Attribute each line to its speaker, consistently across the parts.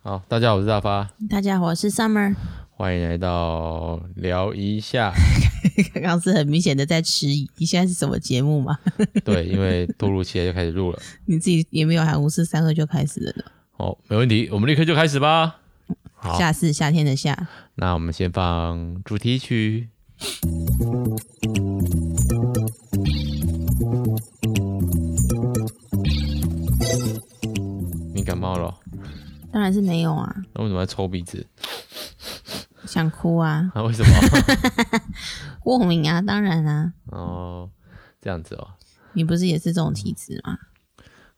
Speaker 1: 好，大家好，我是大发，
Speaker 2: 大家好，我是 Summer。
Speaker 1: 欢迎来到聊一下。
Speaker 2: 刚刚是很明显的在迟疑，你现在是什么节目嘛？
Speaker 1: 对，因为突如其来就开始录了。
Speaker 2: 你自己也没有喊五四三二就开始了呢。
Speaker 1: 哦，没问题，我们立刻就开始吧。好，
Speaker 2: 夏是夏天的夏，
Speaker 1: 那我们先放主题曲。你感冒了哦？
Speaker 2: 当然是没有啊，
Speaker 1: 那为什么要抽鼻子？
Speaker 2: 想哭啊，
Speaker 1: 啊，为什么？
Speaker 2: 过敏啊，当然啊，
Speaker 1: 哦，这样子哦。
Speaker 2: 你不是也是这种体质吗？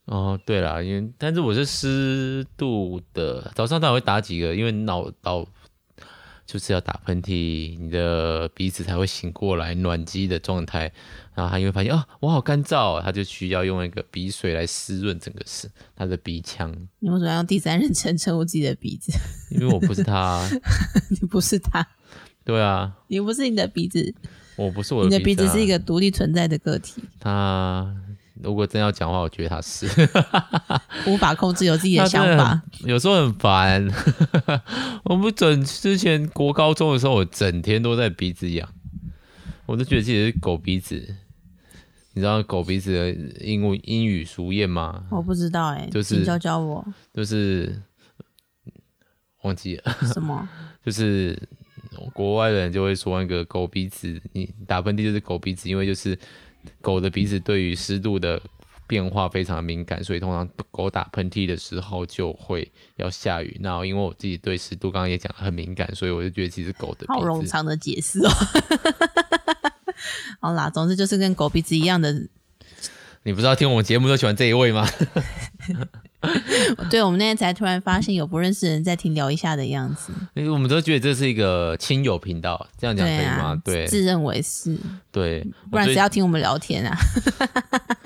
Speaker 1: 哦，对啦，因为但是我是湿度的，早上当然会打几个，因为脑脑就是要打喷嚏，你的鼻子才会醒过来，暖机的状态。然后他因为发现啊，我好干燥、啊，他就需要用一个鼻水来湿润整个是他的鼻腔，
Speaker 2: 你为什么要用第三人称称呼自己的鼻子？
Speaker 1: 因为我不是他 啊，
Speaker 2: 你不是他，
Speaker 1: 对啊，
Speaker 2: 你不是你的鼻子，
Speaker 1: 我不是我
Speaker 2: 你
Speaker 1: 的
Speaker 2: 的鼻
Speaker 1: 子、
Speaker 2: 子
Speaker 1: 啊，
Speaker 2: 是一个独立存在的个体，
Speaker 1: 他。如果真要讲话，我觉得他是，
Speaker 2: 无法控制有自己的
Speaker 1: 他
Speaker 2: 想
Speaker 1: 真的
Speaker 2: 法。
Speaker 1: 很有时候很烦。 我不准之前国高中的时候，我整天都在鼻子痒，我都觉得自己是狗鼻子。你知道狗鼻子的英文英语俗谚吗？
Speaker 2: 我不知道哎、欸，
Speaker 1: 就是
Speaker 2: 请教教我
Speaker 1: 就是忘记了，
Speaker 2: 什么？
Speaker 1: 就是国外人就会说那个狗鼻子，你打喷嚏就是狗鼻子，因为就是狗的鼻子对于湿度的变化非常敏感，所以通常狗打喷嚏的时候就会要下雨。那因为我自己对湿度刚刚也讲得很敏感，所以我就觉得其实狗的
Speaker 2: 好冗
Speaker 1: 鼻子
Speaker 2: 长的解释哦。 好啦，总之就是跟狗鼻子一样的。
Speaker 1: 你不知道听我们节目都喜欢这一位吗？
Speaker 2: 对，我们那天才突然发现有不认识的人在听聊一下的样子。
Speaker 1: 因为我们都觉得这是一个亲友频道，这样讲可以
Speaker 2: 啊
Speaker 1: 吗？，对
Speaker 2: 自认为是，
Speaker 1: 对，
Speaker 2: 不然
Speaker 1: 我最
Speaker 2: 谁要听我们聊天啊？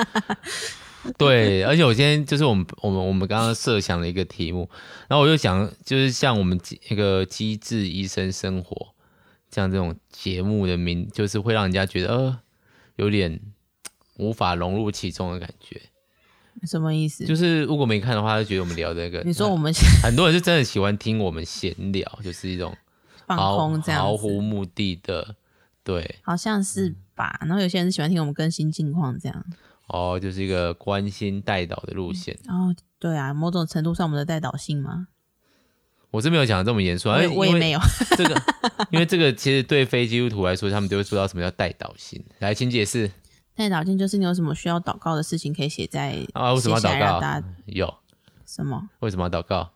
Speaker 1: 对，而且我今天就是我们我们我们刚刚设想了一个题目，然后我就想就是像我们机那个《机智医生生活》像这种节目的名，就是会让人家觉得呃有点无法融入其中的感觉。
Speaker 2: 什么意思？
Speaker 1: 就是如果没看的话，就觉得我们聊这个，
Speaker 2: 你说 我们
Speaker 1: 很多人是真的喜欢听我们闲聊，就是一种
Speaker 2: 放
Speaker 1: 毫
Speaker 2: 空这样
Speaker 1: 毫
Speaker 2: 子，
Speaker 1: 无目的的，对
Speaker 2: 好像
Speaker 1: 嗯
Speaker 2: 是吧？然后有些人喜欢听我们更新近况这样。
Speaker 1: 哦，就是一个关心带导的路线。
Speaker 2: 哦，对啊，某种程度上我们的带导性嘛，
Speaker 1: 我是没有讲得这么严肃，
Speaker 2: 我也
Speaker 1: 哎因为
Speaker 2: 我也
Speaker 1: 因为
Speaker 2: 没有。
Speaker 1: 这个，因为这个其实对非基督徒来说，他们就会说到什么叫带导性。来，请解释
Speaker 2: 带导性就是你有什么需要祷告的事情，可以写在
Speaker 1: 啊，为什么要
Speaker 2: 写下
Speaker 1: 祷
Speaker 2: 来让大
Speaker 1: 告
Speaker 2: 家？
Speaker 1: 有
Speaker 2: 什么
Speaker 1: 为什么要祷告？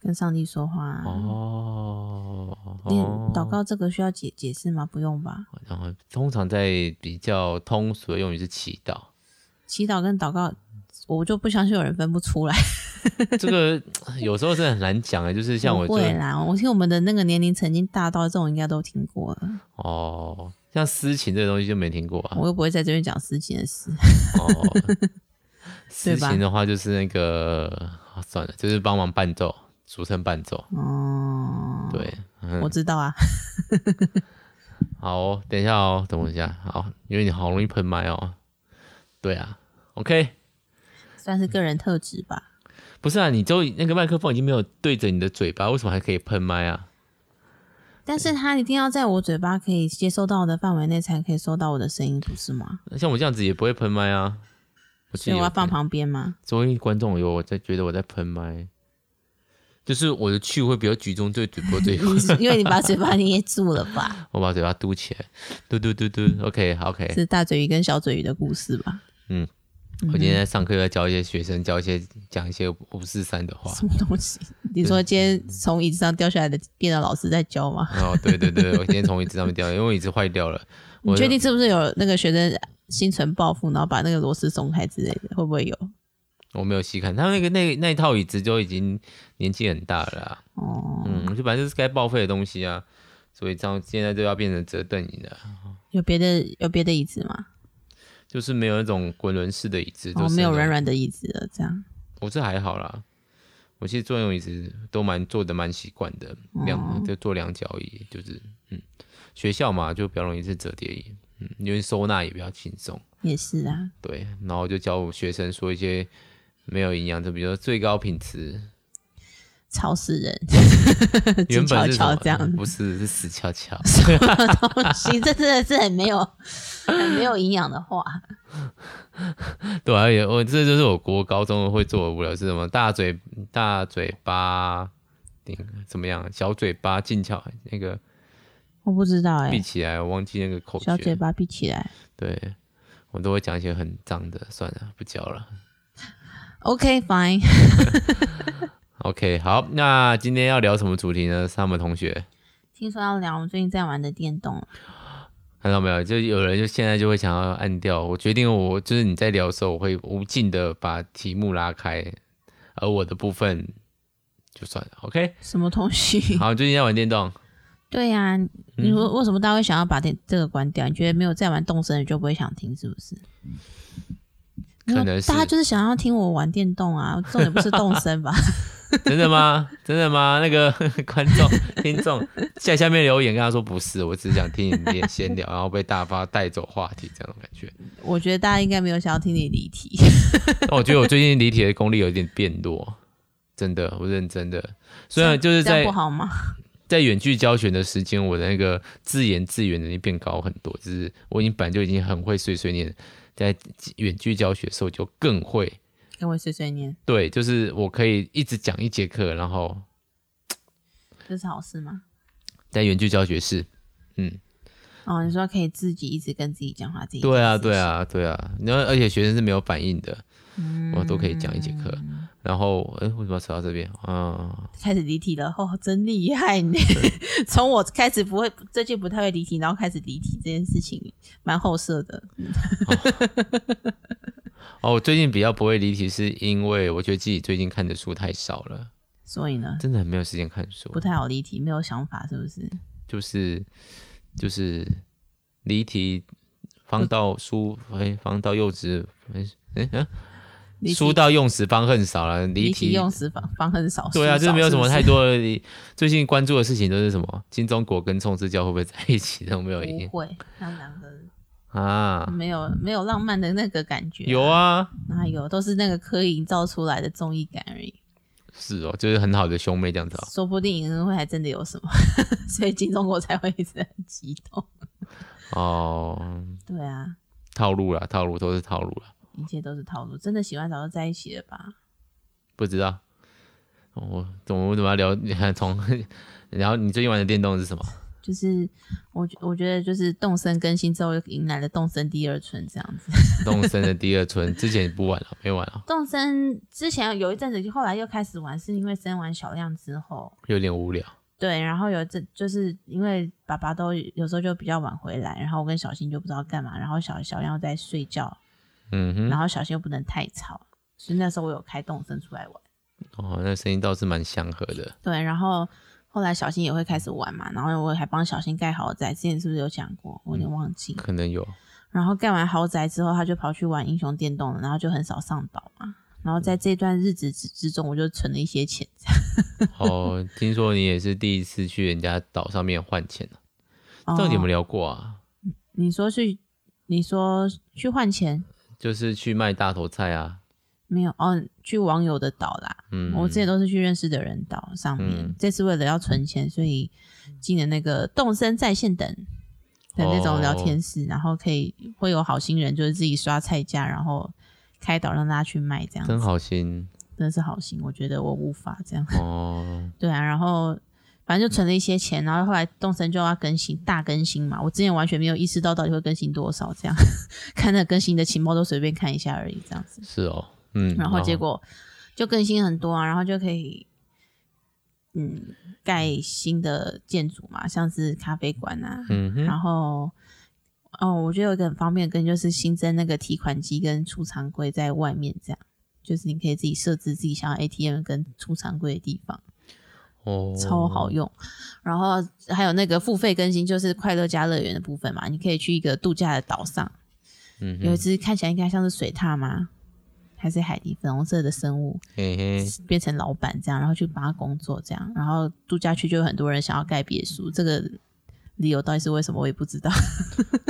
Speaker 2: 跟上帝说话啊、
Speaker 1: 哦，
Speaker 2: 你
Speaker 1: 哦
Speaker 2: 祷。告这个需要解解释吗？不用吧。
Speaker 1: 然后通常在比较通俗的用语是祈祷，
Speaker 2: 祈祷跟祷告，我就不相信有人分不出来。
Speaker 1: 这 个有时候真的很难讲的，就是像我
Speaker 2: 不
Speaker 1: 就
Speaker 2: 会啦，我听我们的那个年龄曾经大到这种，应该都听过了。
Speaker 1: 哦，像私情这个东西就没听过啊。
Speaker 2: 我又不会在这边讲私情的事。
Speaker 1: 哦，私
Speaker 2: 对吧
Speaker 1: 情的话就是那个、啊算了，就是帮忙伴奏，俗称伴奏。
Speaker 2: 哦，，
Speaker 1: 对，嗯
Speaker 2: 我知道啊。
Speaker 1: 好哦、等一下哦，等我一下。好，因为你好容易喷麦哦。对啊，OK，
Speaker 2: 算是个人特质吧。
Speaker 1: 不是啊，你就那个麦克风已经没有对着你的嘴巴，为什么还可以喷麦啊？
Speaker 2: 但是他一定要在我嘴巴可以接收到的范围内，才可以收到我的声音，不是吗？
Speaker 1: 像我这样子也不会喷麦啊。我自己
Speaker 2: 所以
Speaker 1: 有
Speaker 2: 我要放旁边吗？
Speaker 1: 所以观众有我在觉得我在喷麦，就是我的气会比较集中对嘴巴这一块，
Speaker 2: 你是因为你把嘴 巴捏住了吧？
Speaker 1: 我把嘴巴嘟起来，嘟嘟嘟嘟，OK 好 OK。
Speaker 2: 是大嘴鱼跟小嘴鱼的故事 吧？
Speaker 1: 我今天在上课要教一些学生，教一些讲一些五四三的话。
Speaker 2: 什么东西？你说今天从椅子上掉下来的电脑老师在教吗？
Speaker 1: 哦，对对对，我今天从椅子上面掉，因为我椅子坏掉了。我
Speaker 2: 你确定是不是有那个学生心存报复，然后把那个螺丝松开之类的？会不会有？
Speaker 1: 我没有细看，他那个那那一套椅子就已经年纪很大了啦，
Speaker 2: 哦，
Speaker 1: 嗯，就反正就是该报废的东西啊，所以这样现在都要变成折凳椅了，
Speaker 2: 有别的有别的椅子吗？
Speaker 1: 就是没有那种滚轮式的椅子，就
Speaker 2: 哦，
Speaker 1: 是
Speaker 2: 没有
Speaker 1: 那种
Speaker 2: 软，软的椅子了，这样。
Speaker 1: 我是还好啦，我其实坐那种椅子都蛮坐的蛮习惯的，
Speaker 2: 哦
Speaker 1: 两、就坐两脚椅，就是嗯，学校嘛就比较容易是折叠椅，嗯，因为收纳也比较轻松，
Speaker 2: 也是啊，
Speaker 1: 对，然后就教我学生说一些没有营养的，比如说最高品质，
Speaker 2: 吵死人，
Speaker 1: 原
Speaker 2: 静悄
Speaker 1: 本 是什
Speaker 2: 悄
Speaker 1: 么
Speaker 2: 这样子
Speaker 1: 不是是死翘翘。
Speaker 2: 东西，这真的是很没有很没有营养的话。
Speaker 1: 对啊，也我这就是我国高中会做的无聊事，什么大嘴大嘴巴，那个怎么样？小嘴巴静悄那个
Speaker 2: 我不知道哎、
Speaker 1: 闭起来，我忘记那个口
Speaker 2: 小嘴
Speaker 1: 诀。
Speaker 2: 巴闭起来。
Speaker 1: 对，我都会讲一些很脏的，算了，不教了。
Speaker 2: OK fine，
Speaker 1: OK，好，那今天要聊什么主题呢？萨姆同学，
Speaker 2: 听说要聊我们最近在玩的电动了，
Speaker 1: 看到没有？就有人就现在就会想要按掉。我决定我，就是你在聊的时候，我会无尽的把题目拉开，而我的部分就算了。OK，
Speaker 2: 什么东西？
Speaker 1: 好，最近在玩电动。
Speaker 2: 对呀、你
Speaker 1: 嗯
Speaker 2: 说为什么大家会想要把这这个关掉？你觉得没有在玩动森，你就不会想听，是不是？
Speaker 1: 可能是
Speaker 2: 大家就是想要听我玩电动啊，重点不是动森吧？
Speaker 1: 真的吗？真的吗？那个 观众、听众在下面留言跟他说不是，我只是想听你也闲 聊，然后被大发带走话题这样的感觉。
Speaker 2: 我觉得大家应该没有想要听你离题。
Speaker 1: 那我觉得我最近离题的功力有点变弱，真的，我认真的。虽然就是
Speaker 2: 这样
Speaker 1: 在
Speaker 2: 不好吗？
Speaker 1: 在远距教学的时间，我的那个自言自语能力变高很多，就是我已经本来就已经很会碎碎念，在远距教学的时候就更会。
Speaker 2: 跟我碎碎念，
Speaker 1: 对，就是我可以一直讲一节课，然后
Speaker 2: 这是好事吗？
Speaker 1: 在远距教学是嗯
Speaker 2: 哦，你说可以自己一直跟自己讲话，自己
Speaker 1: 对啊，
Speaker 2: 讲自己
Speaker 1: 对，啊，对啊。然后而且学生是没有反应的，
Speaker 2: 嗯
Speaker 1: 我都可以讲一节课。然后，哎，为什么要扯到这边？嗯，
Speaker 2: 开始离题了，哦，真厉害呢！ 从我开始不会，最近不太会离题，然后开始离题这件事情，蛮后设的。
Speaker 1: 哦，我最近比较不会离题，是因为我觉得自己最近看的书太少了，
Speaker 2: 所以呢，
Speaker 1: 真的很没有时间看书
Speaker 2: 不，太好离题，没有想法，是不是？
Speaker 1: 就是就是离题，方到书，哎，方到幼稚，哎哎啊
Speaker 2: 离题
Speaker 1: 书到用时方恨少了，
Speaker 2: 离
Speaker 1: 离
Speaker 2: 题
Speaker 1: 题。
Speaker 2: 用词方方很少，
Speaker 1: 对啊，
Speaker 2: 书
Speaker 1: 就是没有
Speaker 2: 少
Speaker 1: 什么
Speaker 2: 不
Speaker 1: 太多的离。最近关注的事情都是什么？金钟国跟宋智教会不会在一起？都没有影
Speaker 2: 不会，他们两个
Speaker 1: 啊，
Speaker 2: 没有没有浪漫的那个感觉，
Speaker 1: 有啊，
Speaker 2: 哪有都是那个刻意营造出来的综艺感而已，
Speaker 1: 是哦，就是很好的兄妹这样子哦。
Speaker 2: 说不定影恩会还真的有什么， 所以金钟国才会一直很激动。
Speaker 1: 哦，
Speaker 2: 对啊，
Speaker 1: 套路啦，套路都是套路啦，
Speaker 2: 一切都是套路，真的喜欢早就在一起了吧？
Speaker 1: 不知道。哦我怎么我怎么要聊？ 你看从，然后你最近玩的电动是什么？
Speaker 2: 就是我觉我觉得就是动森更新之后，迎来了动森第二春这样子。
Speaker 1: 动森的第二春， 之前你不玩了，没玩了，
Speaker 2: 动森之前有一阵子，后来又开始玩，是因为生完小亮之后，
Speaker 1: 有点无聊。
Speaker 2: 对，然后有一阵就是因为爸爸都有时候就比较晚回来，然后我跟小新就不知道干嘛，然后小小亮在睡觉，
Speaker 1: 嗯哼，
Speaker 2: 然后小新又不能太吵，所以那时候我有开动森出来玩。
Speaker 1: 哦，那声音倒是蛮祥和的。
Speaker 2: 对，然后后来小新也会开始玩嘛，然后我还帮小新盖豪宅，之前是不是有讲过？我有
Speaker 1: 嗯
Speaker 2: 点忘记。
Speaker 1: 可能有，
Speaker 2: 然后盖完豪宅之后，他就跑去玩英雄电动了，然后就很少上岛嘛。然后
Speaker 1: 嗯
Speaker 2: 在这段日子之之中，我就存了一些钱，这样
Speaker 1: 哦，听说你也是第一次去人家岛上面换钱了， 到底有没有
Speaker 2: 哦
Speaker 1: 聊过啊？
Speaker 2: 你说去，你说去换钱
Speaker 1: 就是去卖大头菜啊，
Speaker 2: 没有？哦，去网友的岛啦。
Speaker 1: 嗯，
Speaker 2: 我之前都是去认识的人岛上面，
Speaker 1: 嗯
Speaker 2: 这次为了要存钱，所以进了那个动身在线等的那种聊天室，然后可以会有好心人，就是自己刷菜价，然后开导让大家去卖，这样
Speaker 1: 哦真
Speaker 2: 子
Speaker 1: 好心
Speaker 2: 真的是好心，我觉得我无法这样。
Speaker 1: 哦，
Speaker 2: 对啊，然后反正就存了一些钱，然后后来动森就要更新大更新嘛，我之前完全没有意识到到底会更新多少，这样 看那更新的情报都随便看一下而已，这样子，
Speaker 1: 是哦，嗯，
Speaker 2: 然后结果就更新很多啊，然后就可以嗯盖新的建筑嘛，像是咖啡馆啊，
Speaker 1: 嗯哼，
Speaker 2: 然后。哦，我觉得有一个很方便的更就是新增那个提款机跟储藏柜在外面，这样就是你可以自己设置自己想要 ATM 跟储藏柜的地方。
Speaker 1: 哦，
Speaker 2: 超好用。然后还有那个付费更新，就是快乐家乐园的部分嘛，你可以去一个度假的岛上，
Speaker 1: 嗯
Speaker 2: 有
Speaker 1: 哼，
Speaker 2: 一只看起来应该像是水獭吗？还是海底粉红色的生物
Speaker 1: 嘿 嘿，
Speaker 2: 变成老板这样，然后去帮他工作这样，然后度假区就有很多人想要盖别墅，这个理由到底是为什么我也不知道。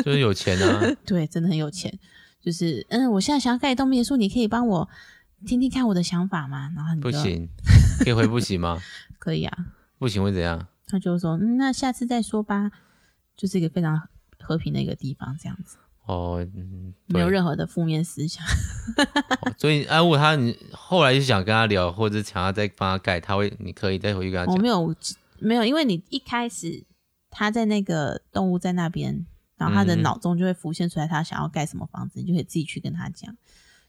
Speaker 1: 就是有钱啊，
Speaker 2: 对，真的很有钱。就是嗯，我现在想要盖一栋别墅，你可以帮我听听看我的想法嘛。然后你
Speaker 1: 不
Speaker 2: 就
Speaker 1: 行，可以回不行吗？
Speaker 2: 可以啊。
Speaker 1: 不行会怎样？
Speaker 2: 他就说、嗯那下次再说吧，就是一个非常和平的一个地方，这样子
Speaker 1: 哦，嗯
Speaker 2: 没有
Speaker 1: 对
Speaker 2: 任何的负面思想。
Speaker 1: 哦所以安慰他，你后来就想跟他聊，或者想要再帮他盖，他会，你可以再回去跟他
Speaker 2: 我
Speaker 1: 讲。
Speaker 2: 没有没有，因为你一开始他在那个动物在那边，然后他的
Speaker 1: 嗯
Speaker 2: 脑中就会浮现出来他想要盖什么房子，你就可以自己去跟他讲。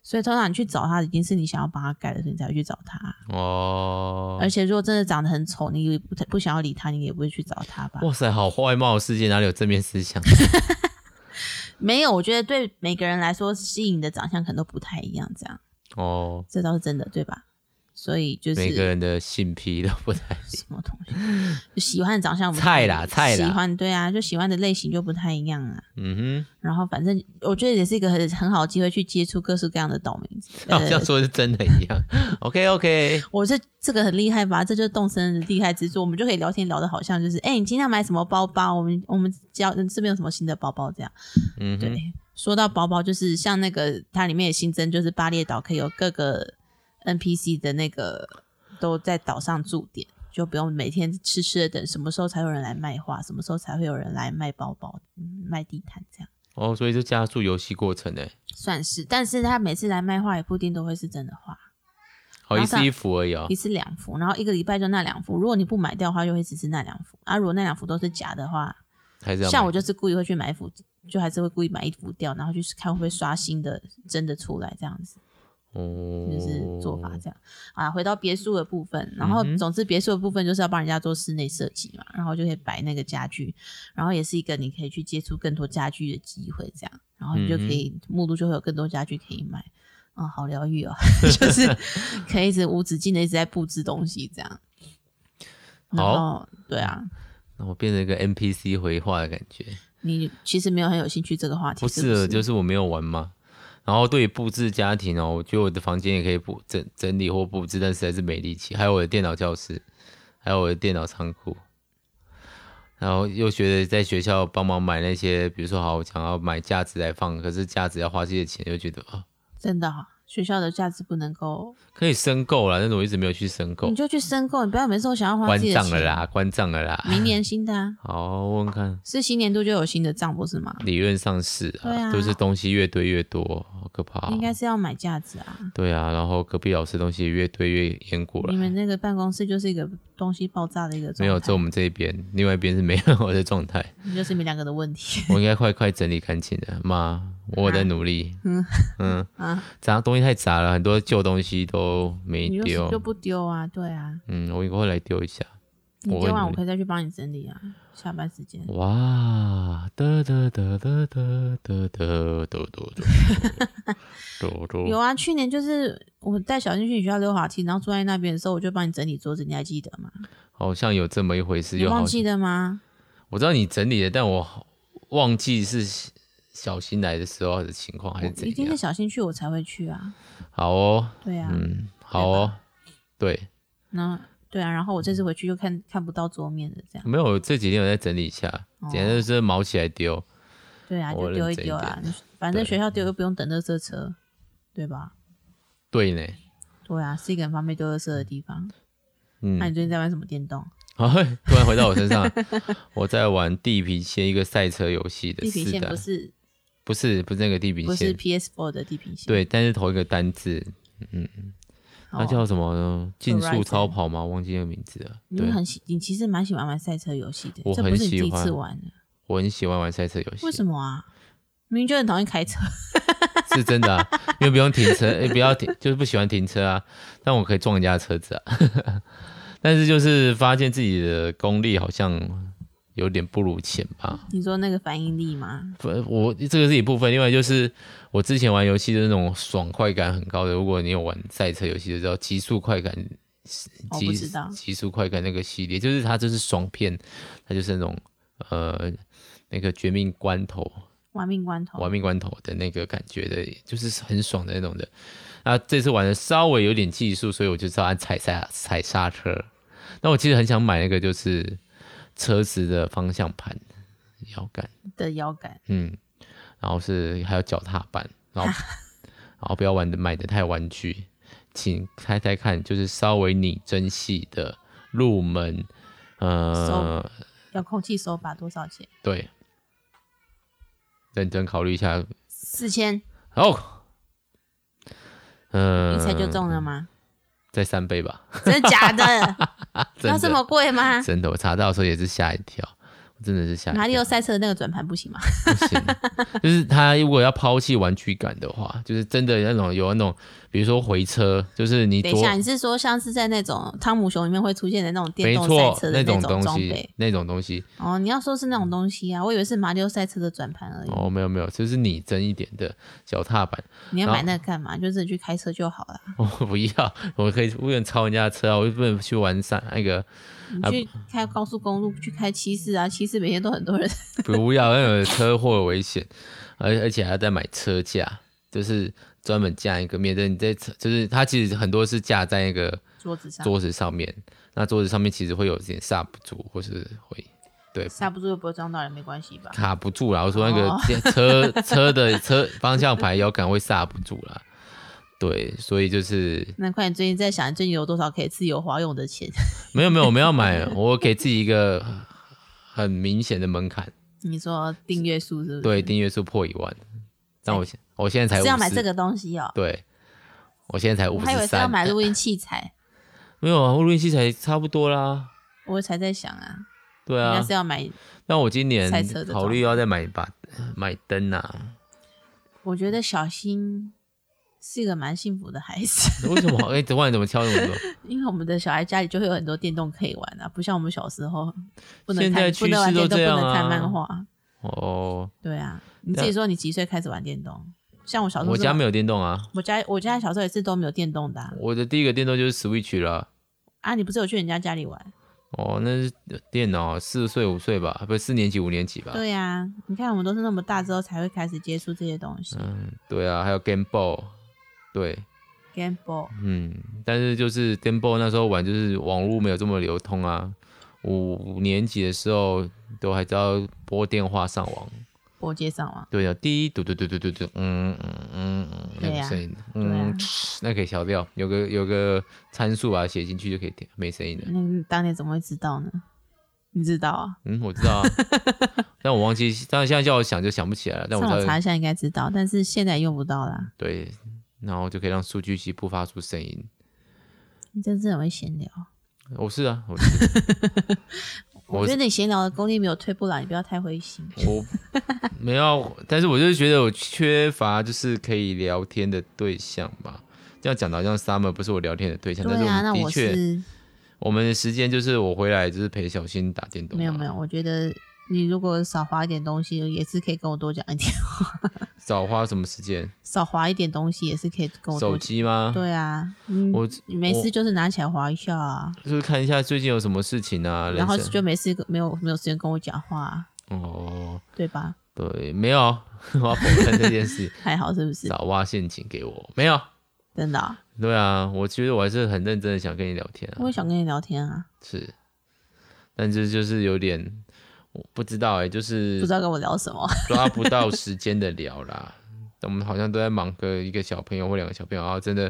Speaker 2: 所以通常你去找他，已经是你想要帮他盖的，所以你才会去找他。
Speaker 1: 哦，
Speaker 2: 而且如果真的长得很丑，你也不不想要理他，你也不会去找他吧？
Speaker 1: 哇塞，好外貌的世界哪里有正面啊思想？
Speaker 2: 没有，我觉得对每个人来说，吸引的长相可能都不太一样，这样
Speaker 1: 哦，
Speaker 2: 这倒是真的，对吧？所以就是
Speaker 1: 每个人的性癖都不 太一样。
Speaker 2: 什么东西，就喜欢的长相不太一样
Speaker 1: 菜啦菜啦
Speaker 2: 喜欢对啊，就喜欢的类型就不太一样啊。
Speaker 1: 嗯
Speaker 2: 然后反正我觉得也是一个很很好的机会去接触各式各样的岛 民。
Speaker 1: 哼，好像
Speaker 2: 呃，
Speaker 1: 说的是真的 一样。OK OK，
Speaker 2: 我这这个很厉害吧？这就是动身的厉害之处，我们就可以聊天聊的好像就是，哎、你今天要买什么包包？我们我们教嗯这边有什么新的包包这样。
Speaker 1: 嗯
Speaker 2: 对，
Speaker 1: 哼，
Speaker 2: 说到包包，就是像那个它里面也新增，就是巴列岛可以有各个 NPC 的那个都在岛上驻点，就不用每天痴痴的等什么时候才有人来卖花，什么时候才会有人来卖包包、嗯卖地毯这样。
Speaker 1: 哦，所以就加速游戏过程欸诶，
Speaker 2: 算是，但是他每次来卖花也不一定都会是真的花，
Speaker 1: 好
Speaker 2: 然
Speaker 1: 一
Speaker 2: 后
Speaker 1: 次
Speaker 2: 上
Speaker 1: 一服而已哦
Speaker 2: 一。次两幅，然后一个礼拜就那两幅。如果你不买掉的话，就会只是那两幅。啊，如果那两幅都是假的话，
Speaker 1: 还是要
Speaker 2: 像
Speaker 1: 买
Speaker 2: 我就是故意会去买一幅，就还是会故意买一幅掉，然后去看会不会刷新的真的出来这样子，
Speaker 1: 哦，
Speaker 2: 就是做法这样。啊，回到别墅的部分，然后
Speaker 1: 嗯哼
Speaker 2: 总之别墅的部分就是要帮人家做室内设计嘛，然后就可以摆那个家具，然后也是一个你可以去接触更多家具的机会这样，然后你
Speaker 1: 嗯
Speaker 2: 就可以目录就会有更多家具可以买。啊、好疗愈哦， 就是可以一直无止境的一直在布置东西这样。然
Speaker 1: 好
Speaker 2: 后，对啊，
Speaker 1: 那我变成一个 NPC 回话的感觉。
Speaker 2: 你其实没有很有兴趣这个话题，
Speaker 1: 不
Speaker 2: 是
Speaker 1: 是，
Speaker 2: 是
Speaker 1: 就是我没有玩嘛。然后对于布置家庭哦，我觉得我的房间也可以布整整理或布置，但实在是没力气。还有我的电脑教室，还有我的电脑仓库。然后又觉得在学校帮忙买那些，比如说好，我想要买架子来放，可是架子要花这些钱，又觉得啊，
Speaker 2: 真的、哦，学校的价值不能够，
Speaker 1: 可以申购啦，但是我一直没有去申购
Speaker 2: 你，就去申购，你不要每次都想要嗯花
Speaker 1: 关
Speaker 2: 自己的
Speaker 1: 账了
Speaker 2: 钱。
Speaker 1: 啦，关账了啦。
Speaker 2: 明年新的啊，
Speaker 1: 好，问问看，
Speaker 2: 是新年度就有新的账，不是吗？
Speaker 1: 理论上是啊，
Speaker 2: 对啊
Speaker 1: 就是东西越堆越多，好可怕哦、
Speaker 2: 应该是要买架子啊。
Speaker 1: 对啊，然后隔壁老师东西越堆越淹过来
Speaker 2: 你。们那个办公室就是一个东西爆炸的一个状态，
Speaker 1: 没有，在我们这一边，另外一边是没有的状 态。
Speaker 2: 就是你们两个的问题。
Speaker 1: 我应该快快整理干净了，妈，我有在努
Speaker 2: 啊
Speaker 1: 力。嗯 嗯杂东西太杂了，很多旧东西都 没
Speaker 2: 你就是
Speaker 1: 丢
Speaker 2: 就。不丢啊，对啊，
Speaker 1: 嗯，我应该会来丢一下。
Speaker 2: 你
Speaker 1: 我会
Speaker 2: 丢完
Speaker 1: 努
Speaker 2: 我
Speaker 1: 力
Speaker 2: 可以再去帮你整理啊。下班时间，
Speaker 1: 哇，得得得得得得得得得得
Speaker 2: 有
Speaker 1: 得，
Speaker 2: 啊，去年就是我带小新去你学校溜滑梯，然后坐在那边的时候，我就帮你整理桌子，你还记得吗？
Speaker 1: 好像有这么一回事。
Speaker 2: 你
Speaker 1: 又好
Speaker 2: 忘，记了吗？
Speaker 1: 我知道你整理了，但我忘记是小新来的时候的情况还是
Speaker 2: 我一
Speaker 1: 怎
Speaker 2: 定是
Speaker 1: 样。
Speaker 2: 小新去我才会去啊。
Speaker 1: 好哦，
Speaker 2: 对啊，
Speaker 1: 嗯，好哦，对。
Speaker 2: 那对啊，然后我这次回去就看看不到桌面了，这样
Speaker 1: 没有，这几天我在整理一下，
Speaker 2: 哦
Speaker 1: 简直就是毛起来丢。
Speaker 2: 对啊，
Speaker 1: 我
Speaker 2: 就丢
Speaker 1: 认
Speaker 2: 一
Speaker 1: 真
Speaker 2: 丢
Speaker 1: 一
Speaker 2: 啊，反正
Speaker 1: 对
Speaker 2: 学校丢又不用等垃圾车，对吧？
Speaker 1: 对呢，
Speaker 2: 对啊，是一个很方便丢垃圾的地方。
Speaker 1: 嗯
Speaker 2: 那、，你最近在玩什么电动？
Speaker 1: 好， 突然回到我身上，我在玩地平线一个赛车游戏的
Speaker 2: 地平
Speaker 1: 四
Speaker 2: 线
Speaker 1: 代
Speaker 2: 不，是
Speaker 1: 不是不是那个地
Speaker 2: 不
Speaker 1: 平
Speaker 2: 是
Speaker 1: 线，
Speaker 2: PS4 的地平线，
Speaker 1: 对，但是同一个单字，
Speaker 2: 哦，
Speaker 1: 那叫什么呢？竞速
Speaker 2: Horizon
Speaker 1: 超跑吗？忘记那个名字了。
Speaker 2: 你
Speaker 1: 对
Speaker 2: 们，很喜，你其实蛮喜欢玩赛车游戏的
Speaker 1: 我，
Speaker 2: 这
Speaker 1: 很
Speaker 2: 不是你第
Speaker 1: 喜
Speaker 2: 一
Speaker 1: 欢
Speaker 2: 次玩的，
Speaker 1: 我很喜欢玩赛车游戏
Speaker 2: 为，什么啊？明明就很讨厌开车，
Speaker 1: 是真的啊，因为不用停车，也不要停，就是不喜欢停车啊。但我可以撞人家的车子啊， 但是就是发现自己的功力好像有点不如前吧。
Speaker 2: 你说那个反应力吗？
Speaker 1: 不，我这个是一部分，另外就是我之前玩游戏的那种爽快感很高的。如果你有玩赛车游戏，就知道极速快感，
Speaker 2: 我
Speaker 1: 极
Speaker 2: 哦不知道
Speaker 1: 极速快感那个系列，就是它就是爽片，它就是那种呃那个绝命关头、
Speaker 2: 玩命关头，
Speaker 1: 玩命关头的那个感觉的，就是很爽的那种的。那这次玩的稍微有点技术，所以我就知道按踩刹踩刹车。那我其实很想买那个就是车子的方向盘摇杆。
Speaker 2: 的腰杆，
Speaker 1: 嗯， 然后是还有脚踏板，然后然后不要玩的买的太玩具，请猜猜看，就是稍微拟真系的入门，呃，
Speaker 2: 遥控器手把多少钱？
Speaker 1: 对，认真考虑一下。
Speaker 2: 四千，
Speaker 1: 哦，嗯、
Speaker 2: 一猜就中了吗？
Speaker 1: 再三倍吧，
Speaker 2: 真的假的？
Speaker 1: 真
Speaker 2: 要
Speaker 1: 的
Speaker 2: 这么贵吗？
Speaker 1: 真的，我查到的时候也是吓一跳，我真的是吓一跳。
Speaker 2: 马里奥赛车的那个转盘不行吗？
Speaker 1: 不 行，就是他如果要抛弃玩具感的话，就是真的那种有那种，比如说回车，就是你
Speaker 2: 等
Speaker 1: 左
Speaker 2: 一下，你是说像是在那种汤姆熊里面会出现的那种电
Speaker 1: 没
Speaker 2: 动赛
Speaker 1: 错
Speaker 2: 车的
Speaker 1: 那种
Speaker 2: 种
Speaker 1: 东
Speaker 2: 装
Speaker 1: 西
Speaker 2: 备？，
Speaker 1: 那种东西
Speaker 2: 哦，你要说是那种东西啊，我以为是马里奥赛车的转盘而已。
Speaker 1: 哦，没有没有，就是拟真一点的小踏板，
Speaker 2: 你要
Speaker 1: 然后
Speaker 2: 买那个干嘛？就是去开车就好了。
Speaker 1: 我不要，我可以不能超人家的车啊，我就不能去玩山那个，
Speaker 2: 你
Speaker 1: 啊
Speaker 2: 去开高速公路，去开七四啊，七四每天都很多人。
Speaker 1: 不要那有车祸危险，而而且还要再买车架，就是专门架一个，免得你在车，就是它其实很多是架在那个
Speaker 2: 桌子上
Speaker 1: 桌子上面，那桌子上面其实会有点刹不住，或是会对
Speaker 2: 刹不住又不会撞到人，没关系吧？
Speaker 1: 卡不住啦。我说那
Speaker 2: 哦
Speaker 1: 个车、车的车方向盘摇杆会刹不住啦。对，所以就是
Speaker 2: 难怪你最近在想，最近有多少可以自由花用的钱？
Speaker 1: 没有没有，我们要买，我给自己一个很明显的门槛，
Speaker 2: 你说订阅数是不是？
Speaker 1: 对，，订阅数破一万。但我现我现在才
Speaker 2: 嗯是要买这
Speaker 1: 个，
Speaker 2: 个东西哦。
Speaker 1: 对，我现在才
Speaker 2: 我
Speaker 1: 五
Speaker 2: 还以
Speaker 1: 十
Speaker 2: 为是要
Speaker 1: 三，
Speaker 2: 买录音器材，
Speaker 1: 没有啊，我录音器材差不多啦。
Speaker 2: 我才在想啊，
Speaker 1: 对
Speaker 2: 应该
Speaker 1: 啊
Speaker 2: 是，要买。
Speaker 1: 那我今年
Speaker 2: 赛车的
Speaker 1: 考虑要再买一把买灯啊，
Speaker 2: 我觉得小新是一个蛮幸福的孩子，
Speaker 1: 为什么？ 哎、等会你怎么敲那么多？
Speaker 2: 因为我们的小孩家里就会有很多电动可以玩啊，不像我们小时候不能
Speaker 1: 现在
Speaker 2: 看，
Speaker 1: 趋
Speaker 2: 不
Speaker 1: 势
Speaker 2: 能玩
Speaker 1: 都
Speaker 2: 电
Speaker 1: 这样
Speaker 2: 动，不能看
Speaker 1: 啊
Speaker 2: 漫画。
Speaker 1: 哦，
Speaker 2: 对啊，你自己说你几岁开始玩电动？像我小时候，
Speaker 1: 我家没有电动啊，
Speaker 2: 我家我家小时候也是都没有电动的啊。
Speaker 1: 我的第一个电动就是 Switch 啦。
Speaker 2: 啊你不是有去人家家里玩？
Speaker 1: 哦，那是电脑四岁五岁吧，不是四年级五年级吧？
Speaker 2: 对呀、你看我们都是那么大之后才会开始接触这些东西、
Speaker 1: 嗯，对啊，还有 Game Boy，对，
Speaker 2: g a m e Boy。
Speaker 1: 嗯，但是就是 Game Boy 那时候玩就是网络没有这么流通啊，五五年级的时候都还知道拨电话上网，
Speaker 2: 拨接上网，
Speaker 1: 对啊，滴嘟嘟嘟嘟嘟嘟，嗯嗯嗯嗯，那
Speaker 2: 对
Speaker 1: 个
Speaker 2: 啊
Speaker 1: 声音，
Speaker 2: 对啊
Speaker 1: 嗯，那可以消掉，有个有个参数把它写进去就可以点，没声音的。
Speaker 2: 那你当年怎么会知道呢？你知道啊？
Speaker 1: 嗯，我知 道啊，但我忘记，但现在叫我想就想不起来了。但
Speaker 2: 上
Speaker 1: 我
Speaker 2: 网
Speaker 1: 知
Speaker 2: 查
Speaker 1: 道，
Speaker 2: 一下应该知道，但是现在用不到啦。
Speaker 1: 对，然后就可以让数据机不发出声音。
Speaker 2: 你真是很会闲聊，
Speaker 1: 我是啊，我是我
Speaker 2: 我觉得你闲聊的功力没有退步啦，你不要太灰心。
Speaker 1: 我没有，但是我就是觉得我缺乏就是可以聊天的对象吧。这样讲的好像 Summer 不是我聊天的对象，但
Speaker 2: 对
Speaker 1: 是
Speaker 2: 啊，那
Speaker 1: 们
Speaker 2: 我
Speaker 1: 的确，
Speaker 2: 是
Speaker 1: 我们的时间就是我回来就是陪小新打电动、啊，
Speaker 2: 没有没有，我觉得你如果少花一点东西，也是可以跟我多讲一点；
Speaker 1: 少花什么时间？
Speaker 2: 少花一点东西，也是可以跟我
Speaker 1: 手
Speaker 2: 多。
Speaker 1: 机吗？
Speaker 2: 对啊，嗯，
Speaker 1: 我
Speaker 2: 你没事就是拿起来划一下啊，
Speaker 1: 就是看一下最近有什么事情啊，人
Speaker 2: 然后
Speaker 1: 生
Speaker 2: 就没事跟没有没有时间跟我讲话啊、
Speaker 1: 哦，
Speaker 2: 对吧？
Speaker 1: 对，没有， 我要否认这件事。
Speaker 2: 还好 是不是？
Speaker 1: 少挖陷阱给我，没有。
Speaker 2: 真的啊、
Speaker 1: 对啊，我觉得我还是很认真的想跟你聊天
Speaker 2: 我
Speaker 1: 啊
Speaker 2: 也，想跟你聊天啊，
Speaker 1: 是，但这就是有点，我不知道哎、就
Speaker 2: 不
Speaker 1: 是
Speaker 2: 知道跟我聊什么。
Speaker 1: 抓不到时间的聊啦。我们好像都在忙个一个小朋友或两个小朋友，然后真的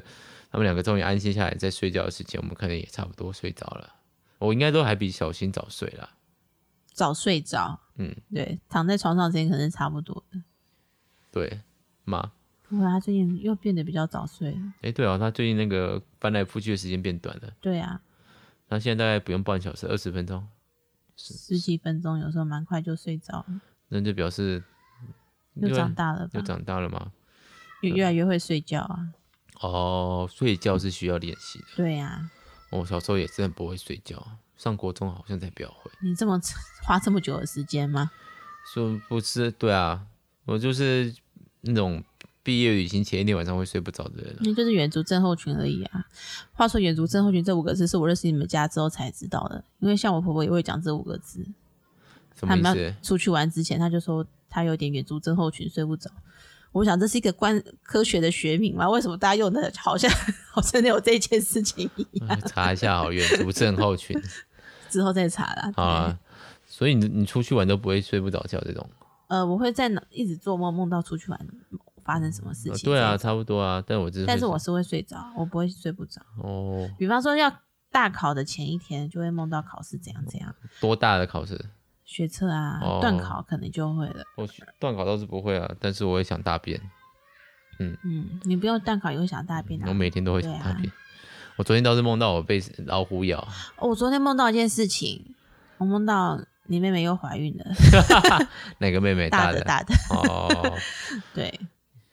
Speaker 1: 他们两个终于安心下来在睡觉的时间，我们可能也差不多睡着了。我应该都还比小新早睡啦。
Speaker 2: 早睡着，
Speaker 1: 嗯，
Speaker 2: 对，躺在床上时间可能是差不多的。
Speaker 1: 对妈，
Speaker 2: 不过他最近又变得比较早睡了。
Speaker 1: 哎，对哦，他最近那个翻来覆去的时间变短了，
Speaker 2: 对啊，
Speaker 1: 他现在大概不用半小时，二十分钟，
Speaker 2: 十几分钟有时候蛮快就睡着了，
Speaker 1: 那就表示
Speaker 2: 又
Speaker 1: 因为
Speaker 2: 长大了吧
Speaker 1: 又？长大了吗？
Speaker 2: 越越来越会睡觉啊。
Speaker 1: 哦，睡觉是需要练习的。
Speaker 2: 对啊，
Speaker 1: 我小时候也真的不会睡觉，上国中好像才比较会。
Speaker 2: 你这么 花这么久的时间吗？
Speaker 1: 说不是，对啊，我就是那种毕业旅行前一天晚上会睡不着的人啊、
Speaker 2: 那就是远足症候群而已啊。话说远足症候群这五个字是我认识你们家之后才知道的，因为像我婆婆也会讲这五个字。
Speaker 1: 什么
Speaker 2: 他
Speaker 1: 意
Speaker 2: 们要
Speaker 1: 思？
Speaker 2: 出去玩之前，她就说她有点远足症候群，睡不着。我想这是一个关科学的学名嘛？为什么大家用的好像 好像有这件事情 一样？
Speaker 1: 我 查一下好，远足症候群
Speaker 2: 之后再查啦。
Speaker 1: 好啊。所以你你出去玩都不会睡不着觉这种，
Speaker 2: 呃，我会在脑一直做梦，梦到出去玩，发生什么事
Speaker 1: 呃
Speaker 2: 情。
Speaker 1: 对啊，，差不多啊。但我就是，
Speaker 2: 但是我是会睡着，我不会睡不着。
Speaker 1: 哦，
Speaker 2: 比方说要大考的前一天，就会梦到考试怎样怎样，
Speaker 1: 多大的考试？
Speaker 2: 学测啊
Speaker 1: 哦、
Speaker 2: 段考可能就会了。
Speaker 1: 我断考倒是不会啊，但是我也想大便，
Speaker 2: 嗯，你不用段考也会想大便啊
Speaker 1: 我。每天都会想大便。我昨天倒是梦到我被老虎咬，
Speaker 2: 哦我昨天梦到一件事情，我梦到你妹妹又怀孕了，
Speaker 1: 哪个妹妹
Speaker 2: 大
Speaker 1: 的
Speaker 2: 的大的，
Speaker 1: 哦，
Speaker 2: 对。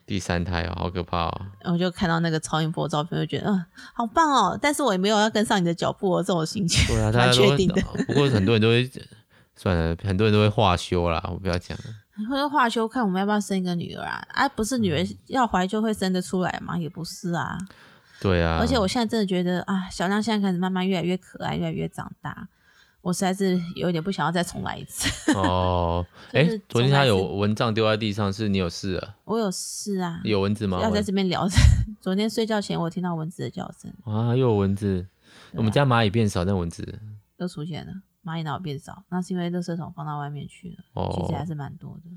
Speaker 1: 第三胎哦，好可怕哦！
Speaker 2: 我就看到那个超音波的照片，就觉得嗯，好棒哦！但是我也没有要跟上你的脚步哦，这种心情
Speaker 1: 对啊，大
Speaker 2: 蛮
Speaker 1: 家都
Speaker 2: 确
Speaker 1: 会
Speaker 2: 定的。
Speaker 1: 不过很多人都会算了， 很多人都会化休啦，我不要讲了。
Speaker 2: 或者化修看我们要不要生一个女儿啊？啊，不是女
Speaker 1: 嗯
Speaker 2: 儿要怀就会生得出来吗？也不是啊。
Speaker 1: 对啊，
Speaker 2: 而且我现在真的觉得啊，小亮现在开始慢慢越来越可爱，越来越长大。我实在是有点不想要再重来一次。
Speaker 1: 哦，哎、
Speaker 2: 就是
Speaker 1: 昨天他有
Speaker 2: 从来
Speaker 1: 蚊帐丢在地上，是你有事啊？
Speaker 2: 我有事啊，
Speaker 1: 有蚊子吗？
Speaker 2: 要在
Speaker 1: 蚊
Speaker 2: 这边聊。 昨天睡觉前我听到蚊子的叫声
Speaker 1: 啊，又有蚊子。
Speaker 2: 啊
Speaker 1: 我们家蚂蚁变少，但蚊子
Speaker 2: 又出现了，蚂蚁脑变少，那是因为垃圾桶放到外面去了，其实还
Speaker 1: 哦，
Speaker 2: 是啊蛮多的。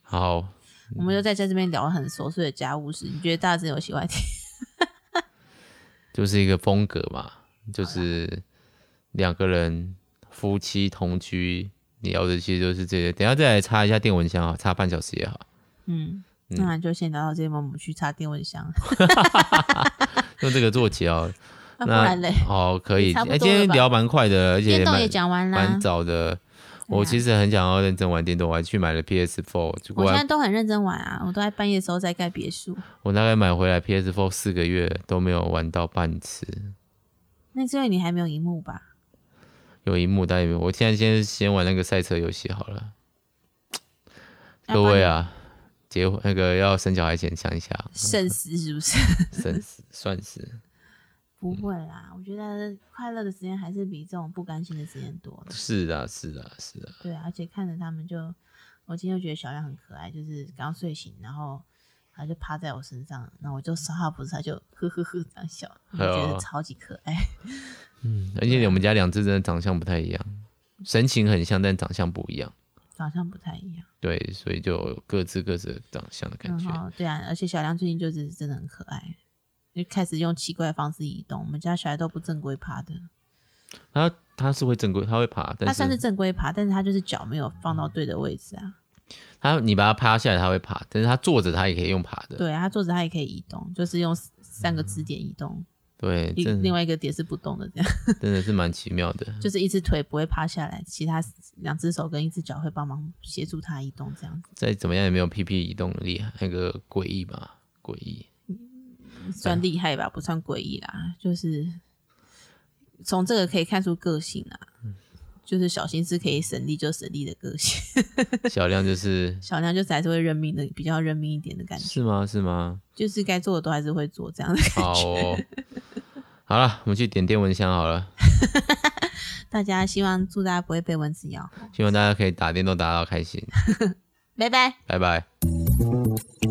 Speaker 1: 好，
Speaker 2: 我们就在家这边聊很琐碎的家务事，你觉得大家真的有喜欢听？
Speaker 1: 就是一个风格嘛，就是两个人夫妻同居聊的其实就是这些。等一下再来插一下电蚊香啊，插半小时也好，
Speaker 2: 嗯，那就先聊到这边，我们去插电蚊香，
Speaker 1: 用这个做结哦。
Speaker 2: 那 不
Speaker 1: 那
Speaker 2: 然嘞，
Speaker 1: 哦，可以。
Speaker 2: 差不
Speaker 1: 哎，
Speaker 2: 多
Speaker 1: 今
Speaker 2: 了
Speaker 1: 天
Speaker 2: 吧
Speaker 1: 聊蛮快的，而且
Speaker 2: 电动
Speaker 1: 蛮
Speaker 2: 也讲完啦
Speaker 1: 蛮。早的。
Speaker 2: 对
Speaker 1: 我
Speaker 2: 啊
Speaker 1: 其实很想要认真玩电动，我还去买了 PS4，
Speaker 2: 我
Speaker 1: 果
Speaker 2: 现
Speaker 1: 然
Speaker 2: 在都很认真玩啊，我都在半夜的时候在盖别墅。
Speaker 1: 我大概买回来 PS4 四个月都没有玩到半次，
Speaker 2: 那是因为你还没有荧幕
Speaker 1: 嗯
Speaker 2: 吧？
Speaker 1: 有一幕但也没有。我现在先先玩那个赛车游戏好了。 各
Speaker 2: 要不然
Speaker 1: 位
Speaker 2: 你
Speaker 1: 啊，结婚那个要生小孩前想一 下，
Speaker 2: 慎思是不是？
Speaker 1: 生死算是
Speaker 2: 不会啦，我觉得快乐的时间还是比这种不甘心的时间多的。
Speaker 1: 是啊是啊是啊，
Speaker 2: 对啊，而且看着他们就，我今天就觉得小亮很可爱，就是刚睡醒，然后他就趴在我身上，那我就稍他不是，他就呵呵呵这样笑，我就觉
Speaker 1: 哎呦
Speaker 2: 得超级可爱。
Speaker 1: 嗯而且我们家两只真的长相不太一样，神情很像，但长相不一样。
Speaker 2: 好像不太一样。
Speaker 1: 对，所以就有各自各自的长相的感觉。
Speaker 2: 嗯、好对啊，而且小亮最近就是真的很可爱，就开始用奇怪的方式移动。我们家小孩都不正规爬的，
Speaker 1: 它它是会正规，它会爬，但
Speaker 2: 他算
Speaker 1: 是
Speaker 2: 是正规爬，但是他就是脚没有放到对的位置啊。
Speaker 1: 它你把它趴下来，它会爬，但是它坐着它也可以用爬的。
Speaker 2: 对啊，他坐着他也可以移动，就是用三个支点移动，
Speaker 1: 对，
Speaker 2: 一
Speaker 1: 嗯真
Speaker 2: 另外一个点是不动的，这样
Speaker 1: 真的是蛮奇妙的。
Speaker 2: 就是一只腿不会趴下来，其他两只手跟一只脚会帮忙协助他移动，这样子
Speaker 1: 再怎么样也没有 PP 移动力，那个诡异嘛，诡异。哎
Speaker 2: 算厉害吧？不算诡异啦，就是从这个可以看出个性啊。
Speaker 1: 嗯
Speaker 2: 就是小心思可以省力就省力的个性，
Speaker 1: 小亮就是
Speaker 2: 小亮就是还是会认命的，比较认命一点的感觉，
Speaker 1: 是吗？是吗？
Speaker 2: 就是该做的都还是会做这样的
Speaker 1: 好
Speaker 2: 感觉。
Speaker 1: 哦，好了，我们去点电蚊香好了。
Speaker 2: 大家希望祝大家不会被蚊子咬，
Speaker 1: 希望大家可以打电动打到开心，
Speaker 2: 拜拜。
Speaker 1: 拜拜。